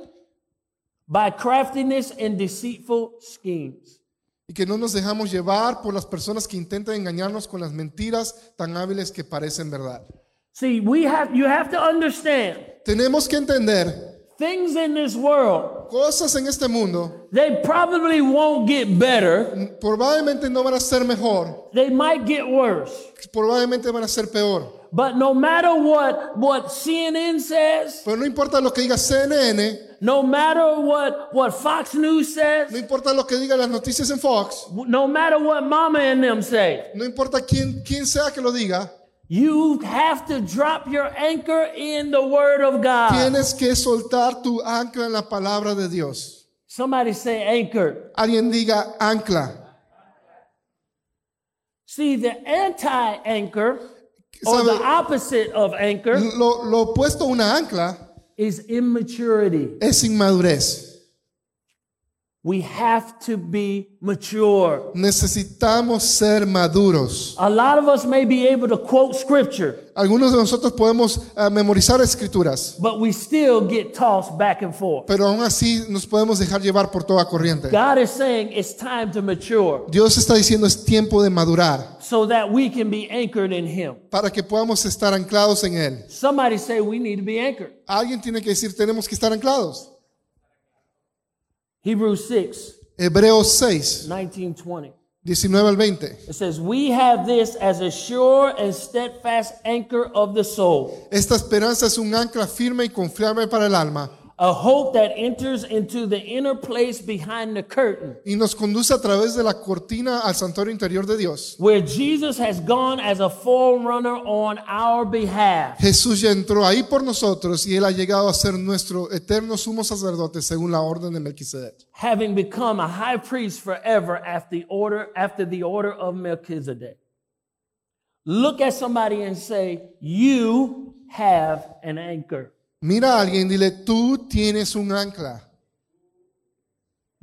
S1: by craftiness and deceitful schemes.
S2: y que no nos dejamos llevar por las personas que intentan engañarnos con las mentiras tan hábiles que parecen verdad.
S1: See, we have you have to understand
S2: Tenemos que entender
S1: things in this world,
S2: cosas en este mundo
S1: they probably won't get better.
S2: mm, probablemente no van a ser mejor,
S1: They might get worse.
S2: probablemente van a ser peor.
S1: But no matter what what CNN says,
S2: Pero no importa lo que diga CNN,
S1: no matter what what Fox News
S2: no
S1: says,
S2: importa lo que digan las noticias en Fox,
S1: no matter what mama and them say,
S2: no importa quién, quién sea que lo diga,
S1: you have to drop your anchor in the word of God.
S2: tienes que soltar tu ancla en la palabra de Dios.
S1: Somebody say anchor.
S2: Alguien diga ancla.
S1: See, the anti-anchor or
S2: ¿Sabe?
S1: the opposite of anchor
S2: Lo, lo opuesto a una ancla
S1: is immaturity.
S2: es inmadurez.
S1: We have to be mature.
S2: Necesitamos ser maduros.
S1: A lot of us may be able to quote scripture,
S2: Algunos de nosotros podemos ah, memorizar escrituras,
S1: but we still get tossed back and forth.
S2: pero aún así nos podemos dejar llevar por toda corriente.
S1: God is saying it's time to mature
S2: Dios está diciendo es tiempo de madurar
S1: so that we can be anchored in Him.
S2: para que podamos estar anclados en Él.
S1: Somebody say we need to be anchored.
S2: Alguien tiene que decir, tenemos que estar anclados.
S1: Hebrews 6,
S2: Hebreos 6,
S1: 19, 20.
S2: 19 al 20.
S1: It says, We have this as a sure and steadfast anchor of the soul,
S2: Esta esperanza es un ancla firme y confiable para el alma,
S1: a hope that enters into the inner place behind the curtain
S2: y nos conduce a través de la cortina al santuario interior de Dios.
S1: where Jesus has gone as a forerunner on our behalf.
S2: Jesús ya entró ahí por nosotros y Él ha llegado a ser nuestro eterno sumo sacerdote según la orden de Melquisedec,
S1: having become a high priest forever after the order after the order of Melchizedek. Look at somebody and say, "You have an anchor."
S2: Mira a alguien, dile, tú tienes un ancla.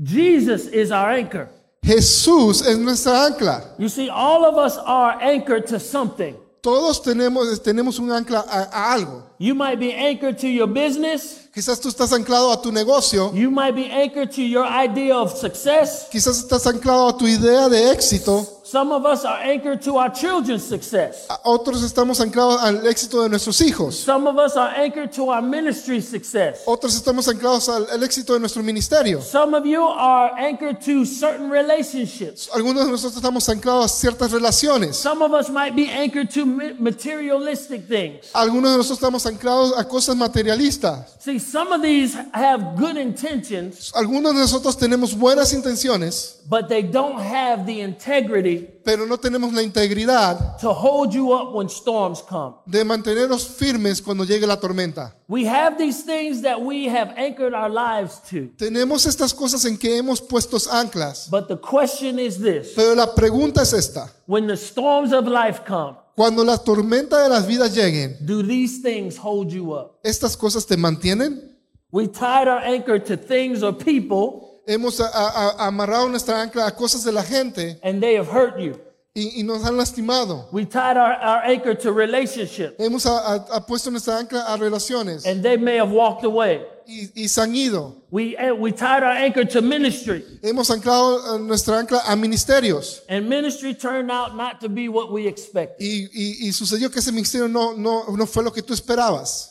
S1: Jesus is our anchor.
S2: Jesús es nuestra ancla.
S1: You see, all of us are anchored to something.
S2: Todos tenemos, tenemos un ancla a, a algo.
S1: You might be anchored to your business.
S2: Quizás tú estás anclado a tu negocio,
S1: You might be anchored to your idea of success.
S2: quizás estás anclado a tu idea de éxito,
S1: Some of us are anchored to our children's success.
S2: A- otros estamos anclados al éxito de nuestros hijos,
S1: Some of us are anchored to our ministry success.
S2: otros estamos anclados al, al éxito de nuestro ministerio.
S1: Some of you are anchored to certain relationships.
S2: Algunos de nosotros estamos anclados a ciertas relaciones.
S1: Some of us might be anchored to ma- materialistic things.
S2: Algunos de nosotros estamos anclados a cosas materialistas.
S1: See, some of these have good intentions,
S2: Algunos de nosotros tenemos buenas intenciones,
S1: but they don't have the integrity
S2: pero no tenemos la integridad
S1: to hold you up when storms come.
S2: de mantenernos firmes cuando llegue la tormenta.
S1: We have these things that we have anchored our lives to.
S2: Tenemos estas cosas en que hemos puestos anclas,
S1: But the question is this
S2: pero la pregunta es esta.
S1: when the storms of life come,
S2: Cuando la tormenta de las vidas lleguen,
S1: do these things hold you up?
S2: ¿estas cosas te mantienen?
S1: We tied our anchor to things or people,
S2: Hemos a- a- a- amarrado nuestra ancla a cosas de la gente
S1: and they have hurt you.
S2: y, y nos han lastimado.
S1: We tied our, our anchor to relationships,
S2: Hemos a- a- a puesto nuestra ancla a relaciones
S1: and they may have walked away.
S2: y, y se han ido.
S1: We, eh, we tied our anchor to ministry,
S2: Hemos anclado eh, nuestra ancla a ministerios
S1: and ministry turned out not to be what we expected.
S2: y, y- y sucedió que ese ministerio no, no, no fue lo que tú esperabas.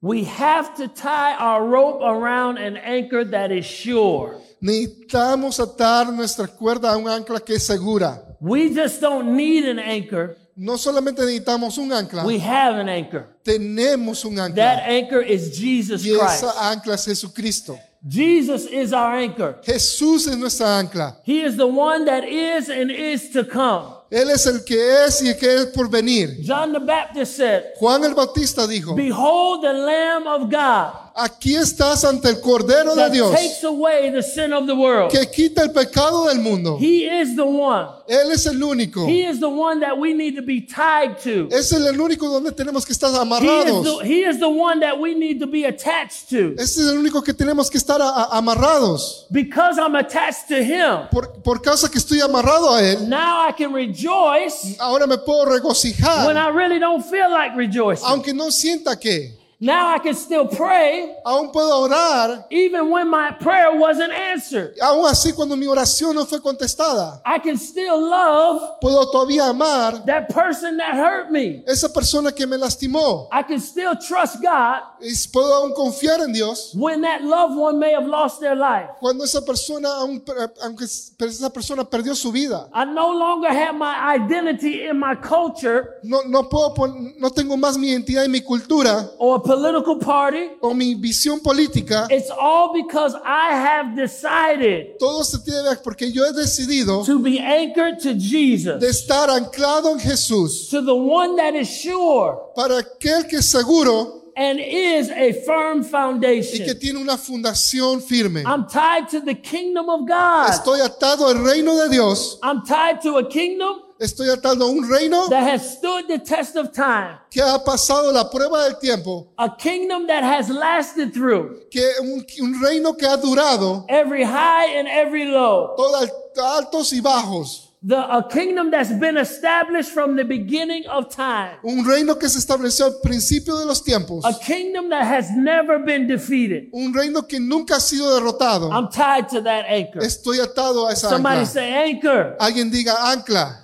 S1: We have to tie our rope around an anchor that is sure.
S2: Necesitamos atar nuestra cuerda a un ancla que es segura.
S1: We just don't need an anchor,
S2: No solamente necesitamos un ancla,
S1: we have an anchor.
S2: tenemos un ancla.
S1: That anchor is Jesus
S2: Y
S1: Christ.
S2: esa ancla es Jesucristo.
S1: Jesus is our anchor.
S2: Jesús es nuestra ancla.
S1: He is the one that is and is to come.
S2: Él es el que es y el que es por venir.
S1: John the Baptist said,
S2: Juan el Bautista dijo,
S1: Behold the Lamb of God
S2: aquí estás ante el Cordero de
S1: that
S2: Dios
S1: takes away the sin of the world.
S2: que quita el pecado del mundo.
S1: He is the one.
S2: Él es el único.
S1: He is the one that we need to be tied to.
S2: Es el el único donde tenemos que estar
S1: He is, the,
S2: amarrados.
S1: he is the one that we need to be attached to.
S2: Este es el único que tenemos que estar a- a- amarrados.
S1: Because I'm attached to him,
S2: Por, por causa que estoy amarrado a Él,
S1: now I can rejoice
S2: ahora me puedo
S1: when
S2: regocijar,
S1: I really don't feel like rejoicing.
S2: aunque no sienta que.
S1: Now I can still pray
S2: Aún puedo orar,
S1: even when my prayer wasn't answered.
S2: aún así cuando mi oración no fue contestada.
S1: I can still love
S2: Puedo todavía amar
S1: that person that hurt me.
S2: esa persona que me lastimó.
S1: I can still trust God
S2: Y puedo aún confiar en Dios
S1: when that loved one may have lost their life.
S2: cuando esa persona, aún, aunque esa persona perdió su vida.
S1: I no longer have my identity in my culture
S2: No, no, puedo pon- no tengo más mi identidad y mi cultura
S1: or political party.
S2: o mi visión política.
S1: It's all because I have decided
S2: Todo se tiene que ver porque yo he decidido
S1: to be anchored to
S2: de
S1: Jesus,
S2: estar anclado en Jesús
S1: to the one that is sure
S2: para aquel que es seguro
S1: and is a firm
S2: y que
S1: foundation.
S2: tiene una fundación firme.
S1: I'm tied to the kingdom of God.
S2: Estoy atado al reino de Dios.
S1: I'm tied to a kingdom
S2: Estoy atado a un reino
S1: that has stood the test of time,
S2: que ha pasado la prueba del tiempo,
S1: a kingdom that has lasted through
S2: que un, un reino que ha durado
S1: every high and every low,
S2: todo al- altos y bajos.
S1: the, a kingdom that's been established from the beginning of time,
S2: Un reino que se estableció al principio de los tiempos.
S1: a kingdom that has never been defeated.
S2: Un reino que nunca ha sido derrotado.
S1: I'm tied to that anchor.
S2: Estoy atado a esa
S1: Somebody
S2: ancla.
S1: say anchor.
S2: Alguien diga ancla.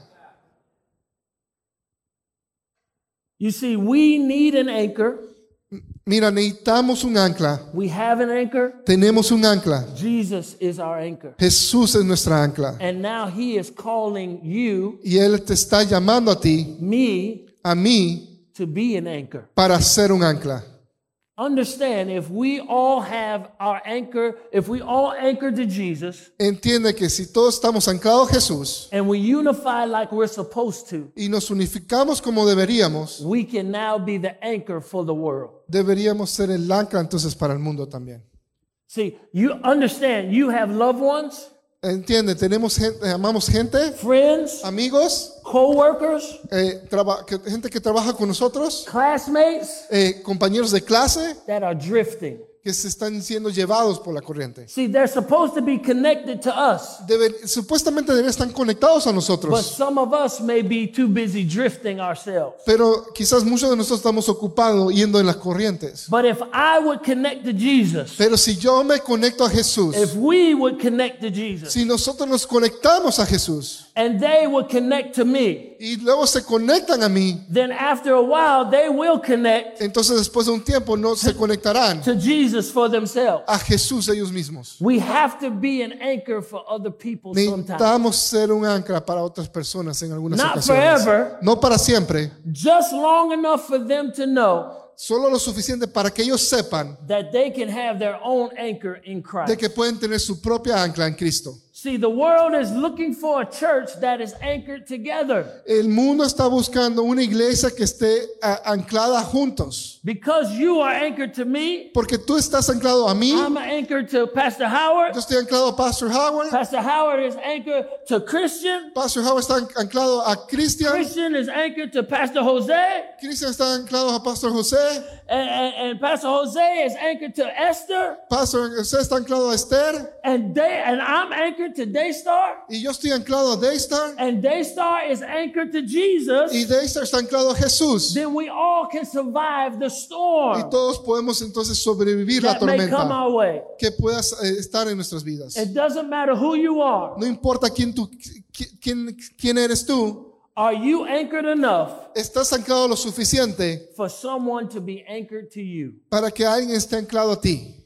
S1: You see, we need an anchor.
S2: Mira, necesitamos un ancla.
S1: We have an anchor.
S2: Tenemos un ancla.
S1: Jesus is our anchor.
S2: Jesús es nuestra ancla.
S1: And now he is calling you,
S2: Y Él te está llamando a ti,
S1: me,
S2: a mí,
S1: to be an anchor.
S2: para ser un ancla.
S1: understand if we all have our anchor, if we all anchor to Jesus
S2: Entiende que si todos estamos anclados a Jesús
S1: and we unify like we're supposed to,
S2: y nos unificamos como deberíamos,
S1: we can now be the anchor for the world.
S2: deberíamos ser el ancla entonces para el mundo también.
S1: See, you understand, you have loved ones,
S2: Entiende, tenemos gente, amamos gente,
S1: friends,
S2: amigos,
S1: co-workers,
S2: eh, traba- que- gente que trabaja con nosotros,
S1: classmates
S2: eh, compañeros de clase
S1: that are drifting.
S2: que se están siendo llevados por la corriente.
S1: See, they're supposed to be connected to us,
S2: Deben- supuestamente deben estar conectados a
S1: but
S2: nosotros,
S1: some of us may be too busy drifting ourselves.
S2: pero quizás muchos de nosotros estamos ocupados yendo en las corrientes.
S1: But if I would connect to Jesus,
S2: Pero si yo me conecto a Jesús,
S1: if we would connect to Jesus,
S2: si nosotros nos conectamos a Jesús
S1: and they would connect to me,
S2: y luego se conectan a mí,
S1: then after a while they will connect
S2: entonces después de un tiempo no se conectarán
S1: to Jesus for themselves.
S2: a Jesús ellos mismos.
S1: We have to be an anchor for other people sometimes.
S2: Necesitamos ser un ancla para otras personas en algunas
S1: Not
S2: ocasiones.
S1: forever.
S2: No para siempre,
S1: Just long enough for them to know
S2: solo lo suficiente para que ellos sepan
S1: that they can have their own anchor in
S2: de
S1: Christ.
S2: que pueden tener su propia ancla en Cristo.
S1: See, the world is looking for a church that is anchored together
S2: El mundo está buscando una iglesia que esté a- anclada juntos,
S1: because you are anchored to me.
S2: porque tú estás anclado a mí,
S1: I'm anchored to Pastor Howard.
S2: yo estoy anclado a Pastor Howard,
S1: Pastor Howard is anchored to Christian.
S2: Pastor Howard está an- anclado a Christian,
S1: Christian is anchored to Pastor Jose.
S2: Cristian está anclado a Pastor José,
S1: And, and, and Pastor Jose is anchored to Esther.
S2: Pastor José está anclado a Esther,
S1: And they and I'm anchored to Daystar.
S2: y yo estoy anclado a Daystar,
S1: And Daystar is anchored to Jesus.
S2: y Daystar está anclado a Jesús.
S1: then we all can survive the
S2: Y
S1: storm
S2: todos podemos entonces sobrevivir la
S1: that may come
S2: tormenta
S1: our way.
S2: que pueda eh, estar en nuestras vidas.
S1: It doesn't matter who you are.
S2: No importa quién, tú, qui- quién, quién eres tú,
S1: Are you anchored enough
S2: estás anclado lo suficiente
S1: for someone to be anchored to you?
S2: para que alguien esté anclado a ti.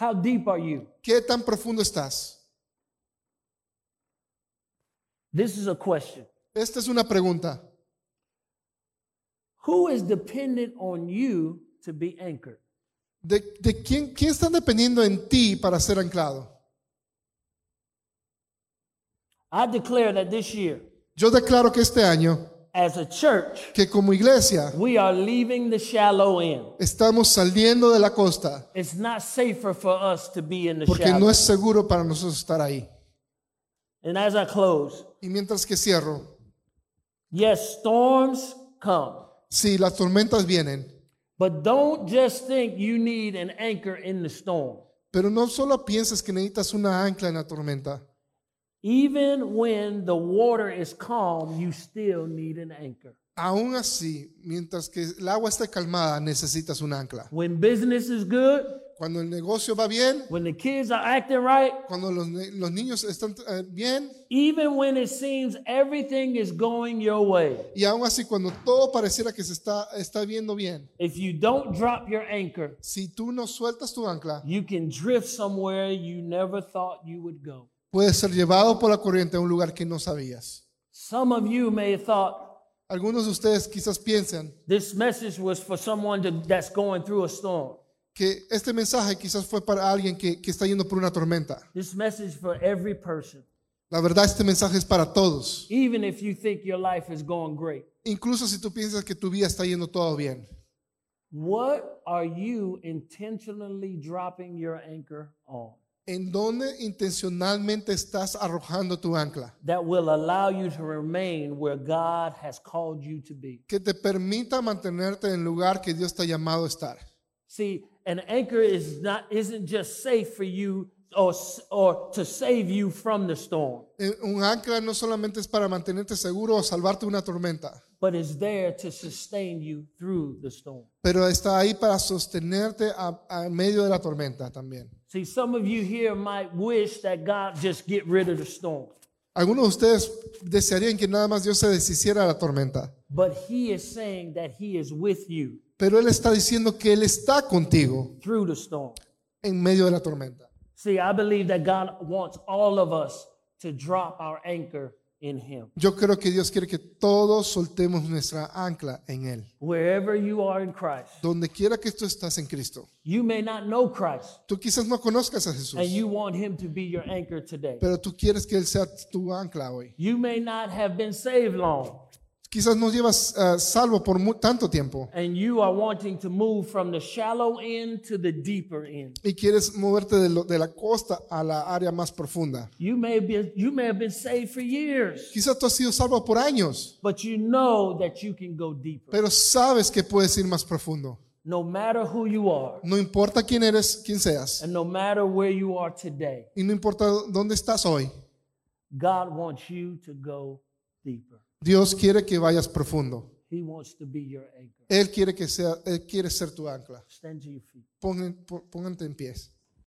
S1: How deep are you?
S2: ¿Qué tan profundo estás?
S1: This is a question.
S2: Esta es una pregunta.
S1: Who is dependent on you to be anchored?
S2: ¿De, de quién, quién está dependiendo en ti para ser anclado?
S1: I declare that this year,
S2: Yo declaro que este año,
S1: as a church,
S2: que como iglesia,
S1: we are leaving the shallow end.
S2: estamos saliendo de la costa
S1: It's not safer for us to be in the
S2: porque
S1: shallow.
S2: no es seguro para nosotros estar ahí.
S1: and as I close,
S2: Y mientras que cierro,
S1: yes, storms come,
S2: sí, las tormentas vienen,
S1: but don't just think you need an anchor in the storm.
S2: pero no solo pienses que necesitas una ancla en la tormenta.
S1: Even when the water is calm, you still need an anchor.
S2: Aún así, mientras que el agua esté calmada, necesitas un ancla.
S1: When business is good,
S2: Cuando el negocio va bien,
S1: when the kids are acting right,
S2: cuando los, ne- los niños están eh, bien,
S1: even when it seems everything is going your way,
S2: Y aún así, cuando todo pareciera que se está, está viendo bien,
S1: if you don't drop your anchor,
S2: si tú no sueltas tu ancla,
S1: you can drift somewhere you never thought you would go.
S2: puedes ser llevado por la corriente a un lugar que no sabías.
S1: Some of you may have thought
S2: Algunos de ustedes quizás piensan
S1: this message was for someone to, that's going through a storm.
S2: que este mensaje quizás fue para alguien que, que está yendo por una tormenta.
S1: This message for every person,
S2: La verdad, este mensaje es para todos,
S1: even if you think your life is going great.
S2: incluso si tú piensas que tu vida está yendo todo bien.
S1: What are you intentionally dropping your anchor on
S2: ¿En dónde intencionalmente estás arrojando tu ancla?
S1: that will allow you to remain where God has called you to be?
S2: Que te permita mantenerte en el lugar que Dios te ha llamado a estar.
S1: See, an anchor is not isn't just safe for you or s- or to save you from the storm,
S2: Eh, Un ancla no solamente es para mantenerte seguro o salvarte de una tormenta.
S1: but is there to sustain you through the storm.
S2: pero está ahí para sostenerte a, a medio de la tormenta también.
S1: See, some of you here might wish that God just get rid of the storm,
S2: Algunos de ustedes desearían que nada más Dios se deshiciera de la tormenta,
S1: but He is saying that He is with you
S2: pero Él está diciendo que Él está contigo
S1: through the storm.
S2: en medio de la tormenta.
S1: See, I believe that God wants all of us to drop our anchor in Him.
S2: Yo creo que Dios quiere que todos soltemos nuestra ancla en Él.
S1: Wherever you are in Christ,
S2: Donde quiera que tú estás en Cristo.
S1: you may not know Christ,
S2: Tú quizás no conozcas a Jesús,
S1: and you want Him to be your anchor today.
S2: pero tú quieres que Él sea tu ancla hoy.
S1: You may not have been saved long,
S2: Quizás no llevas ah, salvo por mu- tanto tiempo
S1: and you are wanting to move from the shallow end to the deeper end.
S2: y quieres moverte de, lo- de la costa a la área más profunda.
S1: You may be you may have been saved for years,
S2: Quizás tú has sido salvo por años,
S1: but you know that you can go deeper.
S2: pero sabes que puedes ir más profundo.
S1: No matter who you are,
S2: No importa quién eres, quién seas,
S1: and no matter where you are today,
S2: y no importa dónde estás hoy,
S1: God wants you to go deeper.
S2: Dios quiere que vayas profundo.
S1: He wants to be your anchor.
S2: Él quiere que sea, Él quiere ser tu ancla.
S1: Stand to your feet.
S2: Pongan- pon- Póngate en pies.